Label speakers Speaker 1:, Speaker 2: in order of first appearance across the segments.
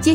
Speaker 1: 接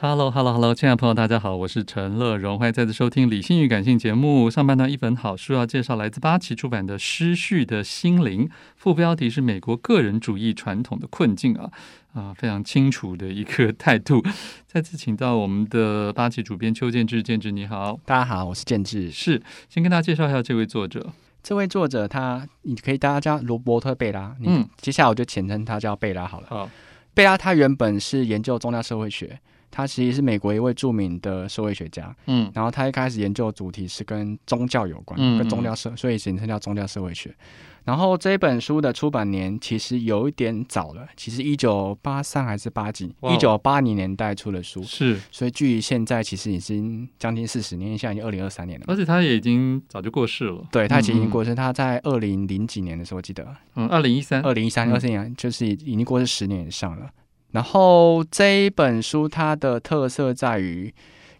Speaker 2: Hello，Hello，Hello，亲爱的朋友，大家好，我是陈乐荣，欢迎再次收听《理性与感性》节目。上半段一本好书要介绍来自八旗出版的《失序的心灵》，副标题是“美国个人主义传统的困境”啊啊、呃，非常清楚的一个 态度。再次请到我们的八旗主编邱建志，建志你好，
Speaker 3: 大家好，我是建志，
Speaker 2: 是先跟大家介绍一下这位作者。
Speaker 3: 这位作者他，你可以大家叫罗伯特·贝拉，嗯，接下来我就简称他叫贝拉好了。
Speaker 2: 好，
Speaker 3: 贝拉他原本是研究宗教社会学。他其实是美国一位著名的社会学家，
Speaker 2: 嗯，
Speaker 3: 然后他一开始研究的主题是跟宗教有关，
Speaker 2: 嗯嗯
Speaker 3: 跟宗教社，所以简称叫宗教社会学。然后这本书的出版年其实有一点早了，其实一九八三还是八几，
Speaker 2: 哇哦
Speaker 3: 一九八零年代出的书，
Speaker 2: 是，
Speaker 3: 所以距离现在其实已经将近四十年，现在已经二零二三年了嘛。
Speaker 2: 而且他也已经早就过世了，
Speaker 3: 对他其实已经过世，他在二零零几年的时候，我记得
Speaker 2: 嗯，二零一三，
Speaker 3: 二零一三、
Speaker 2: 嗯
Speaker 3: 二四年，就是已经过去十年以上了。然后这一本书它的特色在于，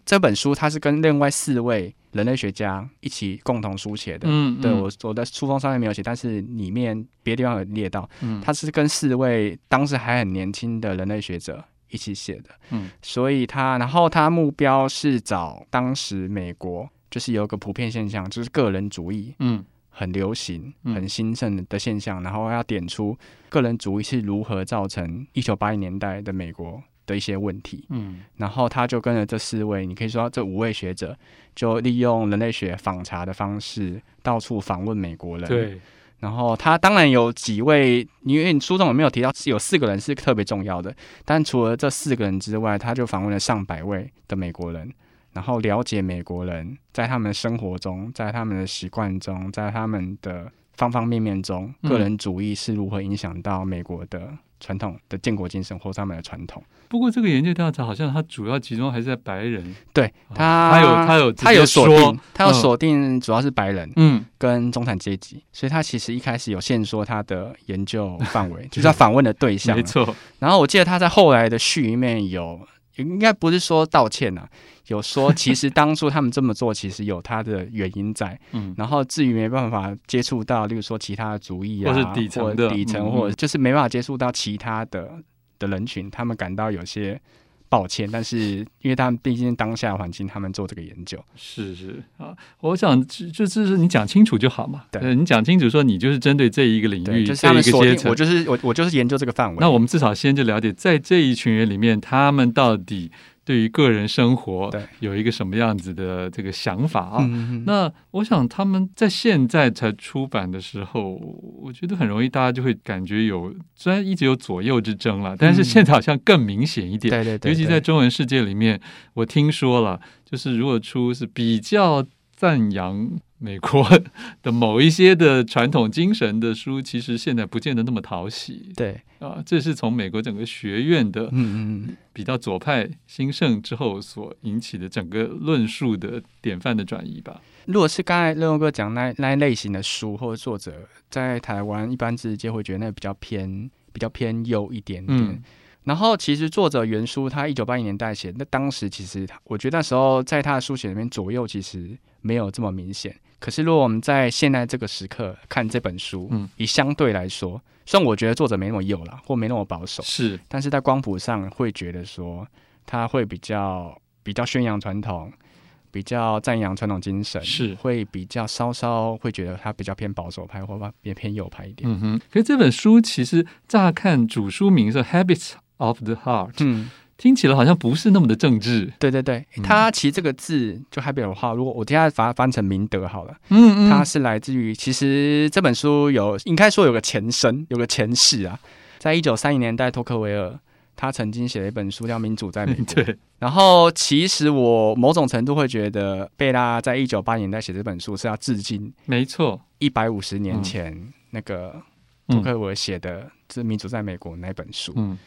Speaker 3: 这本书它是跟另外四位人类学家一起共同书写的。
Speaker 2: 嗯，
Speaker 3: 对
Speaker 2: 嗯
Speaker 3: 我我的书封上面没有写，但是里面别的地方有列到，
Speaker 2: 嗯
Speaker 3: 它是跟四位当时还很年轻的人类学者一起写的。
Speaker 2: 嗯，
Speaker 3: 所以他然后他目标是找当时美国就是有个普遍现象，就是个人主义，
Speaker 2: 嗯
Speaker 3: 很流行、
Speaker 2: 嗯
Speaker 3: 很兴盛的现象，然后要点出个人主义是如何造成一九八零年代的美国的一些问题。
Speaker 2: 嗯
Speaker 3: 然后他就跟着这四位，你可以说这五位学者就利用人类学访查的方式，到处访问美国人。
Speaker 2: 嗯，，对，
Speaker 3: 然后他当然有几位，因为你书中有没有提到有四个人是特别重要的，但除了这四个人之外，他就访问了上百位的美国人，然后了解美国人在他们的生活中，在他们的习惯中，在他们的方方面面中，
Speaker 2: 嗯
Speaker 3: 个人主义是如何影响到美国的传统的建国精神或是他们的传统。
Speaker 2: 不过这个研究调查好像它主要集中还是在白人，
Speaker 3: 对
Speaker 2: 啊
Speaker 3: 他，
Speaker 2: 他有他有直接
Speaker 3: 他有锁
Speaker 2: 说
Speaker 3: 定，他有
Speaker 2: 嗯
Speaker 3: 锁定主要是白人，
Speaker 2: 嗯，
Speaker 3: 跟中产阶级，所以他其实一开始有限说他的研究范 围，就是他访问的对象。啊
Speaker 2: 没。错，
Speaker 3: 然后我记得他在后来的序里面有，应该不是说道歉呐、啊有 说其实当初他们这么做其实有他的原因在。
Speaker 2: 嗯
Speaker 3: 然后至于没办法接触到，例如说其他的族裔啊，
Speaker 2: 或是底层
Speaker 3: 或
Speaker 2: 的
Speaker 3: 底层，
Speaker 2: 嗯
Speaker 3: 或者就是没办法接触到其他的的人群，他们感到有些抱歉。但是因为他们毕竟当下环境，他们做这个研究。
Speaker 2: 是是啊，我想就就是你讲清楚就好嘛，
Speaker 3: 对
Speaker 2: 呃你讲清楚说你就是针对这一个领
Speaker 3: 对，
Speaker 2: 域，
Speaker 3: 就是
Speaker 2: 这
Speaker 3: 他
Speaker 2: 一
Speaker 3: 们
Speaker 2: 个
Speaker 3: 锁
Speaker 2: 阶
Speaker 3: 定，我
Speaker 2: 层。
Speaker 3: 就是我，我就是研究这个范围。
Speaker 2: 那我们至少先就了解，在这一群人里面，他们到底对于个人生活
Speaker 3: 对
Speaker 2: 有一个什么样子的这个想法啊？
Speaker 3: 嗯，
Speaker 2: 那我想他们在现在才出版的时候，我觉得很容易大家就会感觉有，虽然一直有左右之争了，但是
Speaker 3: 嗯
Speaker 2: 现在好像更明显一点。
Speaker 3: 对对对，
Speaker 2: 尤其在
Speaker 3: 对
Speaker 2: 中文世界里面，我听说了，就是如果出是比较赞扬美国的某一些的传统精神的书，其实现在不见得那么讨喜
Speaker 3: 对，
Speaker 2: 啊。这是从美国整个学院的
Speaker 3: 嗯嗯嗯，
Speaker 2: 比较左派兴盛之后所引起的整个论述的典范的转移吧。
Speaker 3: 如果是刚才乐荣哥讲那那一类型的书或者作者，在台湾一般直接会觉得那比较偏比较偏右一点点。
Speaker 2: 嗯
Speaker 3: 然后其实作者原书他一九八一年代写，那当时其实他我觉得那时候在他的书写里面左右其实没有这么明显，可是如果我们在现在这个时刻看这本书，
Speaker 2: 嗯
Speaker 3: 以相对来说，虽然我觉得作者没那么右啦，或没那么保守，
Speaker 2: 是
Speaker 3: 但是在光谱上会觉得说，他会比较比较宣扬传统，比较赞扬传统精神，
Speaker 2: 是
Speaker 3: 会比较稍稍会觉得他比较偏保守派，或偏偏右派一点。
Speaker 2: 嗯哼，可是这本书其实乍看主书名是《Habits of the Heart》，
Speaker 3: 嗯，
Speaker 2: 听起来好像不是那么的政治。
Speaker 3: 对对对，
Speaker 2: 嗯
Speaker 3: 他其实这个字就 h a p 的话，如果我接下来把它翻成明德好了，
Speaker 2: 嗯
Speaker 3: 它是来自于其实这本书有应该说有个前身，有个前世啊，在一九三零年代，托克维尔他曾经写了一本书叫《民主在美国》，
Speaker 2: 对，
Speaker 3: 然后，其实我某种程度会觉得，贝拉在一九八年代写这本书是要致敬
Speaker 2: 没错，
Speaker 3: 一百五十年前那个
Speaker 2: 嗯
Speaker 3: 托克维尔写的《这民主在美国》那本书，
Speaker 2: 嗯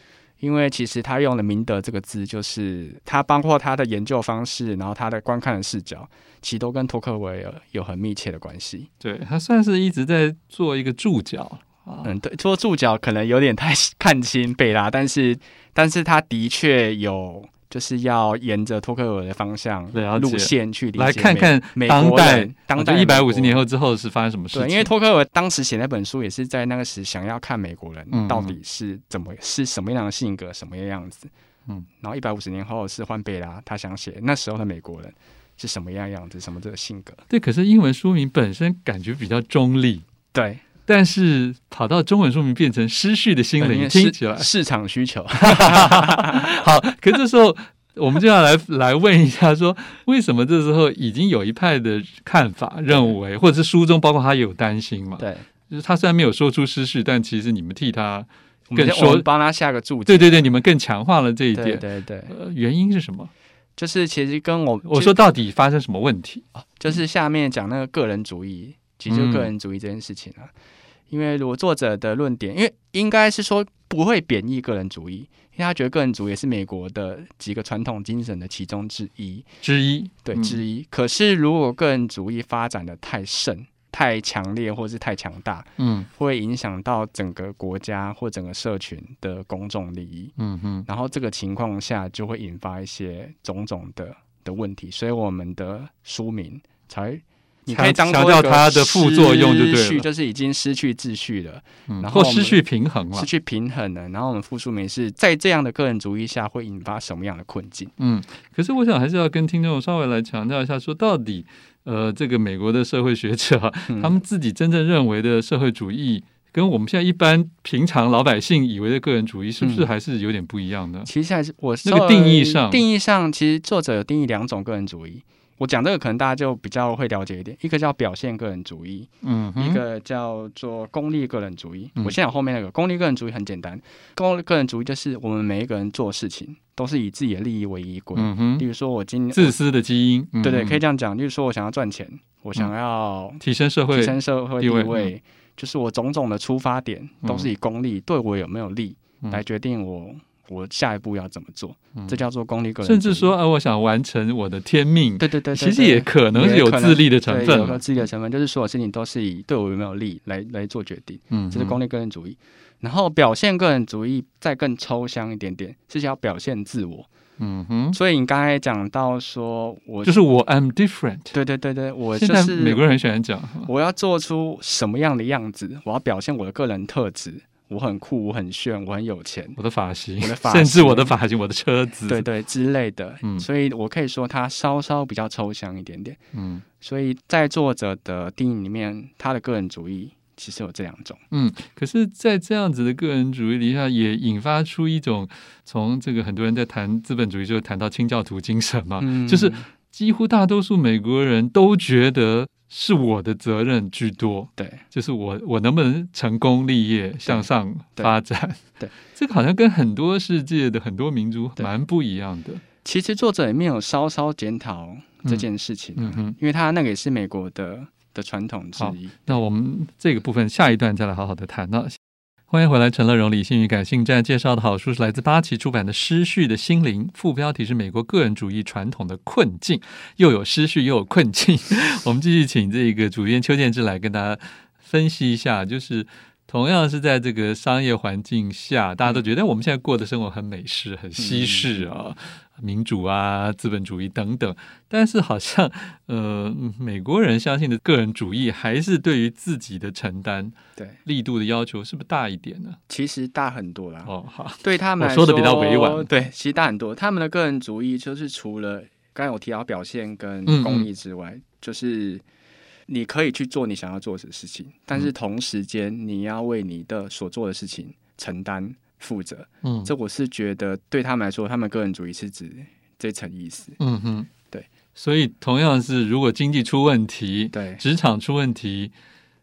Speaker 3: 因为其实他用了“明德”这个字，就是他包括他的研究方式，然后他的观看的视角，其实都跟托克维尔有很密切的关系。
Speaker 2: 对，他算是一直在做一个注脚啊，
Speaker 3: 嗯，对，说注脚可能有点太 看清贝拉，但是，但是他的确有。就是要沿着托克维尔的方向
Speaker 2: 了解
Speaker 3: 路线去理解
Speaker 2: 来看
Speaker 3: 美
Speaker 2: 看
Speaker 3: 美
Speaker 2: 当
Speaker 3: 国
Speaker 2: 代啊
Speaker 3: 人当代
Speaker 2: 一百五
Speaker 3: 美
Speaker 2: 十
Speaker 3: 国
Speaker 2: 年后之后是发生什么事情？
Speaker 3: 对，因为托克维尔当时写那本书，也是在那个时想要看美国
Speaker 2: 嗯
Speaker 3: 人到底是怎么、是什么样的性格，什么样子。
Speaker 2: 嗯，
Speaker 3: 然后一百五十年后是换贝拉，他想写那时候的美国人是什么样样子，什么这个性格。
Speaker 2: 对，可是英文书名本身感觉比较中立，
Speaker 3: 对，
Speaker 2: 但是跑到中文书名变成失序的心
Speaker 3: 因
Speaker 2: 灵，
Speaker 3: 为市
Speaker 2: 听起来
Speaker 3: 市场需 求。
Speaker 2: 好。可这时候我们就要来来问一下说为什么这时候已经有一派的看法认为，或者是书中包括他也有担心嘛？
Speaker 3: 对，
Speaker 2: 就是他虽然没有说出失序，但其实你们替他，
Speaker 3: 我们
Speaker 2: 更
Speaker 3: 先我
Speaker 2: 说
Speaker 3: 们帮他下个注
Speaker 2: 对
Speaker 3: 解。
Speaker 2: 对对，你们更强化了这一
Speaker 3: 对
Speaker 2: 点。
Speaker 3: 对对，
Speaker 2: 呃，原因是什么？
Speaker 3: 就是其实跟我
Speaker 2: 我说到底发生什么问题？
Speaker 3: 就是下面讲那个个人主义，其实就
Speaker 2: 嗯
Speaker 3: 是个人主义这件事情啊。因为如果作者的论点，因为应该是说不会贬义个人主义，因为他觉得个人主义也是美国的几个传统精神的其中之一，
Speaker 2: 之一，
Speaker 3: 对、
Speaker 2: 嗯
Speaker 3: 之一。可是如果个人主义发展的太盛、太强烈，或是太强大，
Speaker 2: 嗯
Speaker 3: 会影响到整个国家或整个社群的公众利益。
Speaker 2: 嗯嗯，
Speaker 3: 然后这个情况下就会引发一些种种的的问题，所以我们的书名才你可以当
Speaker 2: 强
Speaker 3: 做
Speaker 2: 调
Speaker 3: 一个
Speaker 2: 它的副作用就对了
Speaker 3: 失序就是已经失去秩序了，
Speaker 2: 嗯
Speaker 3: 然后
Speaker 2: 或
Speaker 3: 我们
Speaker 2: 失去平衡了
Speaker 3: 失。去平衡了。然后我们副书名是在这样的个人主义下会引发什么样的困境？
Speaker 2: 嗯，可是我想还是要跟听众稍微来强调一下，说到底，呃，这个美国的社会学者啊、
Speaker 3: 嗯
Speaker 2: 他们自己真正认为的社会主义，跟我们现在一般平常老百姓以为的个人主义，是不是
Speaker 3: 嗯
Speaker 2: 还是有点不一样的？
Speaker 3: 其实还是我
Speaker 2: 那个
Speaker 3: 稍微
Speaker 2: 定义上
Speaker 3: 定义上其实作者有定义两种个人主义。我讲这个可能大家就比较会了解一点，一个叫表现个人主义，
Speaker 2: 嗯
Speaker 3: 一
Speaker 2: 哼，
Speaker 3: 个叫做功利个人主义。
Speaker 2: 嗯
Speaker 3: 我先讲后面那个功利个人主义很简单，功利个人主义就是我们每一个人做事情都是以自己的利益为依归。
Speaker 2: 嗯
Speaker 3: 例
Speaker 2: 哼，
Speaker 3: 如说，我今
Speaker 2: 自私的基因，嗯
Speaker 3: 对对，可以
Speaker 2: 嗯
Speaker 3: 这样讲。例如说，我想要赚钱，我想要
Speaker 2: 提升社
Speaker 3: 提
Speaker 2: 会，
Speaker 3: 升社会
Speaker 2: 地
Speaker 3: 地位，
Speaker 2: 位嗯
Speaker 3: 就是我种种的出发点都是以功利、对我有没有利
Speaker 2: 嗯
Speaker 3: 来决定我我下一步要怎么做，
Speaker 2: 嗯
Speaker 3: 这叫做功利个人主义。
Speaker 2: 甚至说，呃，我想完成我的天命，
Speaker 3: 对，对对对
Speaker 2: 其
Speaker 3: 对，
Speaker 2: 实也可能是有自利的成
Speaker 3: 对
Speaker 2: 分
Speaker 3: 有
Speaker 2: 了
Speaker 3: 个。自己的成分，就是所有事情都是以对我有没有利来来做决定。
Speaker 2: 嗯哼，
Speaker 3: 这是功利个人主义。然后表现个人主义再更抽象一点点，是要表现自我。
Speaker 2: 嗯哼，
Speaker 3: 所以你刚才讲到说，我
Speaker 2: 就是我 I'm different。
Speaker 3: 对对对对，我
Speaker 2: 现
Speaker 3: 就
Speaker 2: 在
Speaker 3: 是
Speaker 2: 美国人很喜欢讲，
Speaker 3: 我要做出什么样的样子，我要表现我的个人特质，我很酷，我很炫，我很有钱，
Speaker 2: 我的发型，
Speaker 3: 我的发
Speaker 2: 甚至
Speaker 3: 型
Speaker 2: 我的发型，我的车子，
Speaker 3: 对，对之类的。
Speaker 2: 嗯
Speaker 3: 所以我可以说它稍稍比较抽象一点点。
Speaker 2: 嗯。
Speaker 3: 所以在作者的定义里面，他的个人主义其实有这两种。
Speaker 2: 可是，在这样子的个人主义底下，也引发出一种从这个很多人在谈资本主义，就谈到清教徒精神嘛，
Speaker 3: 嗯
Speaker 2: 啊就是几乎大多数美国人都觉得是我的责任居多，
Speaker 3: 对。
Speaker 2: 就是我我能不能成功立业、向上
Speaker 3: 对
Speaker 2: 发展？
Speaker 3: 对
Speaker 2: 这个好像跟很多世界的很多民族
Speaker 3: 对
Speaker 2: 蛮不一样的。
Speaker 3: 其实作者也没有稍稍检讨这件事情、啊
Speaker 2: 嗯哼，
Speaker 3: 因为他那个也是美国的的传统之一。
Speaker 2: 那我们这个部分下一段再来好好的谈到。欢迎回来，陈乐荣理性与感性站介绍的好书是来自八旗出版的《失序的心灵》，副标题是“美国个人主义传统的困境”，又有失序又有困 境。我们继续请这个主编邱建志来跟大家分析一下，就是同样是在这个商业环境下，大家都觉得哎我们现在过的生活很美式、很西式啊、民主啊、资本主义等等。但是好像呃，美国人相信的个人主义还是对于自己的承担
Speaker 3: 对，
Speaker 2: 力度的要求是不是大一点呢？
Speaker 3: 其实大很多啦。
Speaker 2: 哦，好，
Speaker 3: 对他们
Speaker 2: 我
Speaker 3: 来
Speaker 2: 说得比较委婉
Speaker 3: 对，其实大很多。他们的个人主义就是除了刚才我提到表现跟
Speaker 2: 嗯嗯
Speaker 3: 公益之外，就是你可以去做你想要做的事情，但
Speaker 2: 嗯
Speaker 3: 是同时间你要为你的所做的事情承担负责。
Speaker 2: 嗯，
Speaker 3: 这我是觉得对他们来说，他们个人主义是指这层意思。
Speaker 2: 嗯哼，
Speaker 3: 对。
Speaker 2: 所以同样是，如果经济出问题，
Speaker 3: 对，
Speaker 2: 职场出问题，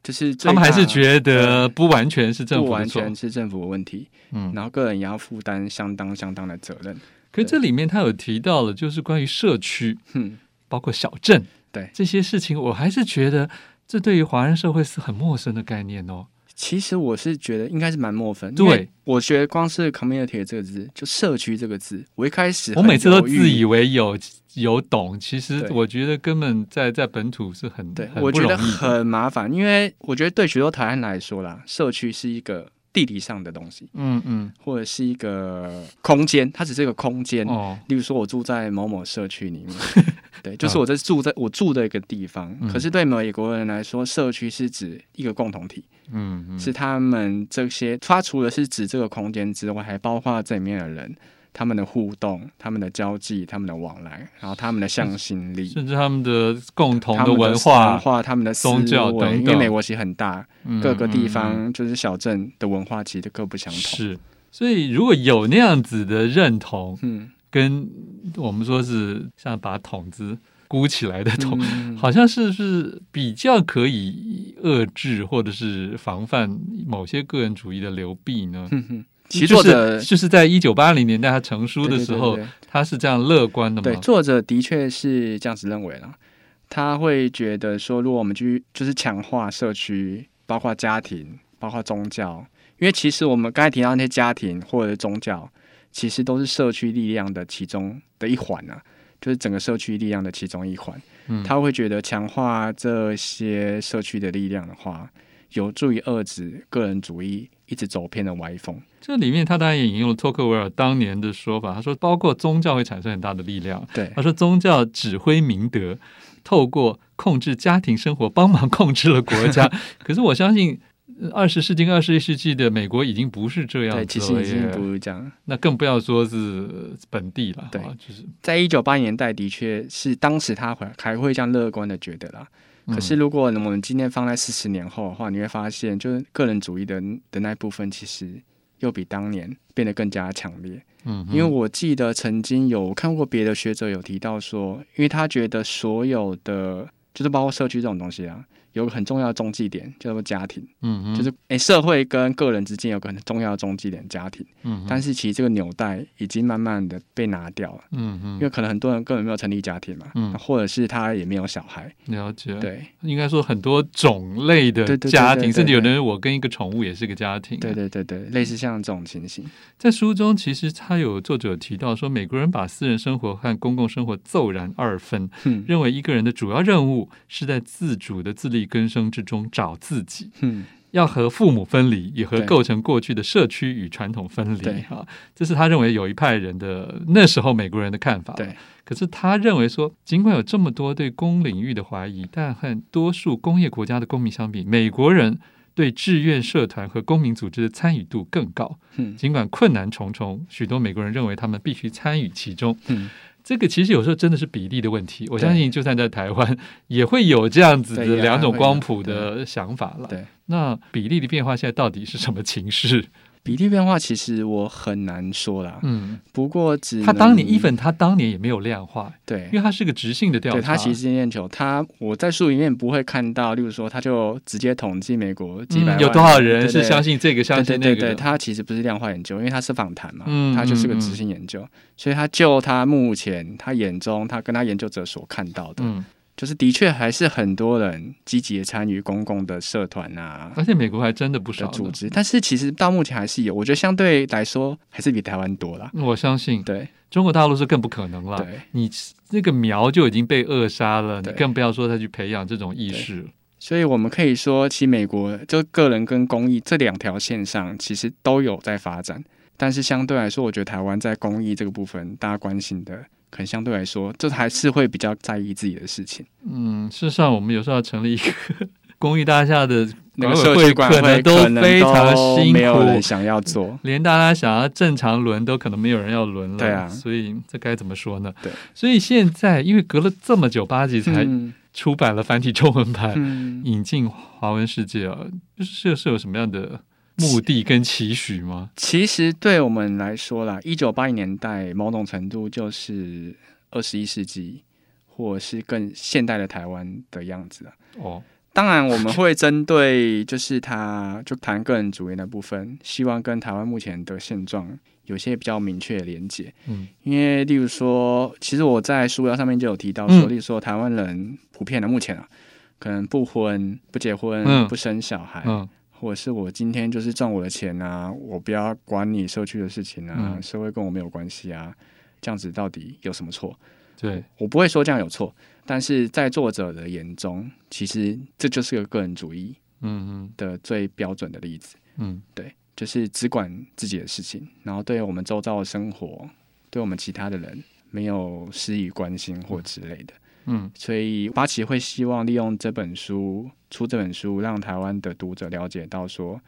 Speaker 3: 就是
Speaker 2: 他们还是
Speaker 3: 得
Speaker 2: 觉得不完全是政
Speaker 3: 不
Speaker 2: 府的
Speaker 3: 完
Speaker 2: 错。
Speaker 3: 全是政府的问题，
Speaker 2: 嗯，
Speaker 3: 然后个人也要负担相当相当的责任。
Speaker 2: 可是这里面他有提到了，就是关于社区，
Speaker 3: 哼，
Speaker 2: 包括小镇，
Speaker 3: 对
Speaker 2: 这些事情，我还是觉得这对于华人社会是很陌生的概念哦。
Speaker 3: 其实我是觉得应该是蛮陌生。
Speaker 2: 对，
Speaker 3: 我觉得光是 community 这个字，就社区这个字，我一开始
Speaker 2: 我每次都
Speaker 3: 很犹
Speaker 2: 自
Speaker 3: 豫
Speaker 2: 以为有有懂，其实
Speaker 3: 对
Speaker 2: 我觉得根本在在本土是很
Speaker 3: 对，
Speaker 2: 很
Speaker 3: 我
Speaker 2: 不
Speaker 3: 觉
Speaker 2: 容
Speaker 3: 得
Speaker 2: 易的。
Speaker 3: 很麻烦，因为我觉得对许多台湾来说啦，社区是一个地理上的东西，
Speaker 2: 嗯嗯
Speaker 3: 或者是一个空间，它只是一个空间。
Speaker 2: 哦
Speaker 3: 例如说，我住在某某社 区里面，对，就是我这住在我住的一个地方。
Speaker 2: 嗯
Speaker 3: 可是对美国人来说，社区是指一个共同体，
Speaker 2: 嗯嗯
Speaker 3: 是他们这些，它除了是指这个空间之外，还包括这里面的人，他们的互动、他们的交际、他们的往来，然后他们的向心力、
Speaker 2: 甚至他们的共同
Speaker 3: 他
Speaker 2: 的
Speaker 3: 们
Speaker 2: 文
Speaker 3: 化、
Speaker 2: 化
Speaker 3: 文、化他们的思
Speaker 2: 宗教
Speaker 3: 维
Speaker 2: 等
Speaker 3: 因为
Speaker 2: 等
Speaker 3: 美国其实很大，
Speaker 2: 嗯
Speaker 3: 各个地
Speaker 2: 嗯嗯
Speaker 3: 方就是小镇的文化其实都各不相同。
Speaker 2: 是，所以如果有那样子的认同，
Speaker 3: 嗯，
Speaker 2: 跟我们说是像把筒子箍起来的筒，
Speaker 3: 嗯
Speaker 2: 好像是是比较可以遏制或者是防范某些个人主义的流弊呢？
Speaker 3: 哼嗯哼其
Speaker 2: 就
Speaker 3: 实作者
Speaker 2: 是就是在一九八零年代他成书的时候，
Speaker 3: 对对对
Speaker 2: 他是这样乐观的
Speaker 3: 对
Speaker 2: 吗？
Speaker 3: 作者的确是这样子认为啦。他会觉得说，如果我们去就是强化社区，包括家庭，包括宗教，因为其实我们刚才提到那些家庭或者宗教，其实都是社区力量的其中的一环啊，就是整个社区力量的其中一环。
Speaker 2: 嗯
Speaker 3: 他会觉得强化这些社区的力量的话，有助于遏制个人主义一直走偏的歪风。
Speaker 2: 这里面他当然也引用了托克维尔当年的说法，他说包括宗教会产生很大的力量，
Speaker 3: 对，
Speaker 2: 他说宗教指挥明德，透过控制家庭生活，帮忙控制了国 家。可是我相信。二十世纪、二十一世纪的美国已经不是这样
Speaker 3: 对，
Speaker 2: 子
Speaker 3: 其
Speaker 2: 了
Speaker 3: 实已经
Speaker 2: 耶
Speaker 3: 不是这样。
Speaker 2: 那更不要说是本地了。
Speaker 3: 对
Speaker 2: 啊就是，
Speaker 3: 在一九八年代，的确是当时他还还会这样乐观的觉得啦。
Speaker 2: 嗯
Speaker 3: 可是，如果我们今天放在四十年后的话，你会发现，就是个人主义的的那部分，其实又比当年变得更加强烈。
Speaker 2: 嗯哼，
Speaker 3: 因为我记得曾经有看过别的学者有提到说，因为他觉得所有的就是包括社区这种东西啊，有个很重要的中继点叫做家庭，
Speaker 2: 嗯哼，
Speaker 3: 就是诶、社会跟个人之间有个很重要的中继点家庭，
Speaker 2: 嗯哼，
Speaker 3: 但是其实这个纽带已经慢慢的被拿掉了，
Speaker 2: 嗯哼，
Speaker 3: 因为可能很多人根本没有成立家庭嘛，
Speaker 2: 嗯
Speaker 3: 或者是他也没有小孩，
Speaker 2: 了解。，
Speaker 3: 对
Speaker 2: 应该说很多种类的
Speaker 3: 对对对
Speaker 2: 家
Speaker 3: 对
Speaker 2: 庭，
Speaker 3: 对
Speaker 2: 甚至有的
Speaker 3: 对
Speaker 2: 人我跟一个宠物也是个家庭。啊
Speaker 3: 对对对对，类似像这种情形，
Speaker 2: 在书中，其实他有作者有提到说，美国人把私人生活和公共生活骤然二分，
Speaker 3: 哼
Speaker 2: 认为一个人的主要任务是在自主的自力更生之中找自己，
Speaker 3: 哼，
Speaker 2: 要和父母分离，也和
Speaker 3: 对
Speaker 2: 构成过去的社区与传统分离
Speaker 3: 对。
Speaker 2: 哈，这是他认为有一派人的那时候美国人的看法。
Speaker 3: 对，
Speaker 2: 可是他认为说，尽管有这么多对公领域的怀疑，但和多数工业国家的公民相比，美国人对志愿社团和公民组织的参与度更高。
Speaker 3: 哼
Speaker 2: 尽管困难重重，许多美国人认为他们必须参与其中。
Speaker 3: 哼，
Speaker 2: 这个其实有时候真的是比例的问题。我
Speaker 3: 对
Speaker 2: 相信，就算在台湾，也会有这样子的
Speaker 3: 对也还
Speaker 2: 两种
Speaker 3: 会有
Speaker 2: 光谱的想法了。
Speaker 3: 对。
Speaker 2: 那比例的变化现在到底是什么情 势？
Speaker 3: 比例变化其实我很难说啦，
Speaker 2: 嗯，
Speaker 3: 不过只
Speaker 2: 他当年
Speaker 3: 能
Speaker 2: even 他当年也没有量化，
Speaker 3: 对
Speaker 2: 因为，它是个直性的调查。
Speaker 3: 对他其实是念球，他我在书里面不会看到，例如说他就直接统计美国几百万、
Speaker 2: 嗯、有多少人
Speaker 3: 对
Speaker 2: 是相
Speaker 3: 对
Speaker 2: 信这个相信那
Speaker 3: 对
Speaker 2: 个
Speaker 3: 对对，
Speaker 2: 的？
Speaker 3: 他其实不是量化研究，因为他是访谈嘛，
Speaker 2: 嗯
Speaker 3: 他就是个
Speaker 2: 嗯
Speaker 3: 执行研究，所以他就他目前他眼中他跟他研究者所看到的，
Speaker 2: 嗯，
Speaker 3: 就是的确还是很多人积极的参与公共的社团啊。
Speaker 2: 而且美国还真的不
Speaker 3: 的
Speaker 2: 少
Speaker 3: 组
Speaker 2: 呢。
Speaker 3: 织，但是其实到目前还是有，我觉得相对来说还是比台湾多啦。
Speaker 2: 嗯我相信
Speaker 3: 对
Speaker 2: 中国大陆是更不可能了。
Speaker 3: 对，
Speaker 2: 你那个苗就已经被扼杀了，你
Speaker 3: 对
Speaker 2: 更不要说再去培养这种意识了。
Speaker 3: 所以我们可以说，其实美国就个人跟公益这两条线上，其实都有在发展。但是相对来说，我觉得台湾在公益这个部分，大家关心的，可能相对来说，这还是会比较在意自己的事情。
Speaker 2: 嗯，事实上，我们有时候要成立一个 公益大厦的
Speaker 3: 那个
Speaker 2: 管
Speaker 3: 社
Speaker 2: 委
Speaker 3: 区
Speaker 2: 会
Speaker 3: 管
Speaker 2: 可能
Speaker 3: 委
Speaker 2: 都
Speaker 3: 可能
Speaker 2: 非常
Speaker 3: 都
Speaker 2: 辛
Speaker 3: 没有人
Speaker 2: 苦，
Speaker 3: 想要做。
Speaker 2: 连大家想要正常轮都可能没有人要轮了。
Speaker 3: 对啊
Speaker 2: 所以这该怎么说呢？
Speaker 3: 对，
Speaker 2: 所以现在因为隔了这么久，八集才
Speaker 3: 嗯
Speaker 2: 出版了繁体中文版，
Speaker 3: 嗯，
Speaker 2: 引进华文世界啊，就是是有什么样的目的跟期许吗？
Speaker 3: 其实对我们来说啦，一九八零年代某种程度就是二十一世纪，或是更现代的台湾的样子啊。
Speaker 2: 哦，
Speaker 3: 当然，我们会针对就是他就谈个人主义的部分，希望跟台湾目前的现状有些比较明确的连接。
Speaker 2: 嗯，
Speaker 3: 因为例如说，其实我在书腰上面就有提到说，
Speaker 2: 嗯
Speaker 3: 例如说台湾人普遍的目前啊，可能不婚、不结婚、
Speaker 2: 嗯
Speaker 3: 不生小孩，
Speaker 2: 嗯
Speaker 3: 或者是我今天就是赚我的钱啊，我不要管你社区的事情啊，
Speaker 2: 嗯
Speaker 3: 社会跟我没有关系啊，这样子到底有什么错？
Speaker 2: 对，
Speaker 3: 我不会说这样有错，但是在作者的眼中，其实这就是个个人主义
Speaker 2: 嗯嗯
Speaker 3: 的最标准的例子。
Speaker 2: 嗯，
Speaker 3: 对，就是只管自己的事情，然后对我们周遭的生活，对我们其他的人没有施以关心或之类的。
Speaker 2: 嗯，
Speaker 3: 所以八旗会希望利用这本书出这本书，让台湾的读者了解到说，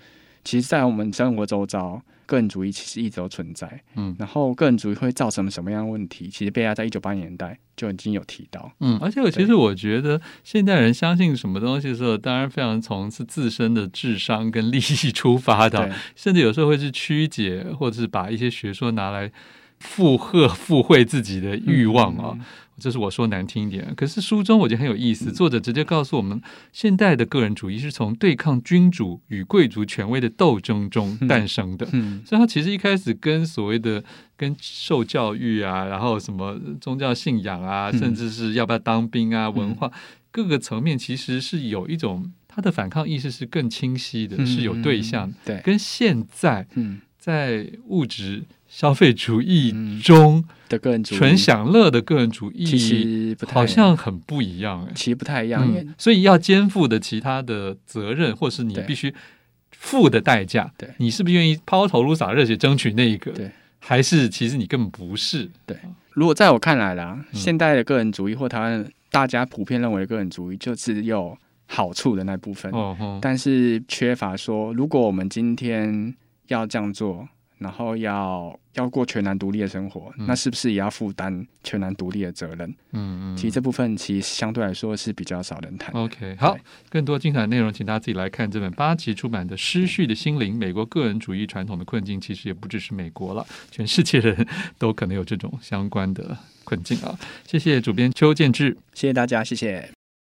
Speaker 3: 其实，在我们生活周遭，个人主义其实一直都存在。
Speaker 2: 嗯
Speaker 3: 然后个人主义会造成什么样的问题？其实贝亚在一九八零年代就已经有提到。
Speaker 2: 嗯，而且我其实我觉得现代人相信什么东西的时候，当然非常从是自身的智商跟利益出发的
Speaker 3: 对
Speaker 2: 啊，， 甚至有时候会是曲解，或者是把一些学说拿来附和、附会自己的
Speaker 3: 嗯
Speaker 2: 欲望啊。这是我说难听一点，可是书中我觉得很有意
Speaker 3: 嗯
Speaker 2: 思，作者直接告诉我们，现代的个人主义是从对抗君主与贵族权威的斗争中
Speaker 3: 嗯
Speaker 2: 诞生的。
Speaker 3: 嗯，
Speaker 2: 所以他其实一开始跟所谓的跟受教育啊，然后什么宗教信仰啊，
Speaker 3: 嗯
Speaker 2: 甚至是要不要当兵啊，文化各个层面，其实是有一种他的反抗意识是更清晰的，
Speaker 3: 嗯
Speaker 2: 是有对象的，
Speaker 3: 对，
Speaker 2: 跟现在
Speaker 3: 嗯
Speaker 2: 在物质消费主义中
Speaker 3: 的个人嗯主义
Speaker 2: 纯享乐的个人主
Speaker 3: 其
Speaker 2: 义，
Speaker 3: 实不太
Speaker 2: 好像很不一样哎、
Speaker 3: 其实不太一样，因为
Speaker 2: 嗯，所以要肩负的其他的责任，或是你
Speaker 3: 嗯对
Speaker 2: 必须付的代价，
Speaker 3: 对
Speaker 2: 你是不是愿意抛头颅洒热血争取那一个？
Speaker 3: 对，
Speaker 2: 还是其实你根本不是？
Speaker 3: 如果在我看来啦，
Speaker 2: 嗯
Speaker 3: 现代的个人主义或台湾大家普遍认为的个人主义，就只有好处的那部分，
Speaker 2: 哦吼，
Speaker 3: 但是缺乏说，如果我们今天要这样做，然后要要过全然独立的生活，
Speaker 2: 嗯
Speaker 3: 那是不是也要负担全然独立的责任？
Speaker 2: 嗯嗯。
Speaker 3: 其实这部分其实相对来说是比较少人谈的。
Speaker 2: OK，好，更多精彩内容，请大家自己来看这本八旗出版的《失序的心灵：美国个人主义传统的困境》。其实也不只是美国了，全世界人都可能有这种相关的困境啊！谢谢主编邱建志。
Speaker 3: 谢谢大家，谢谢。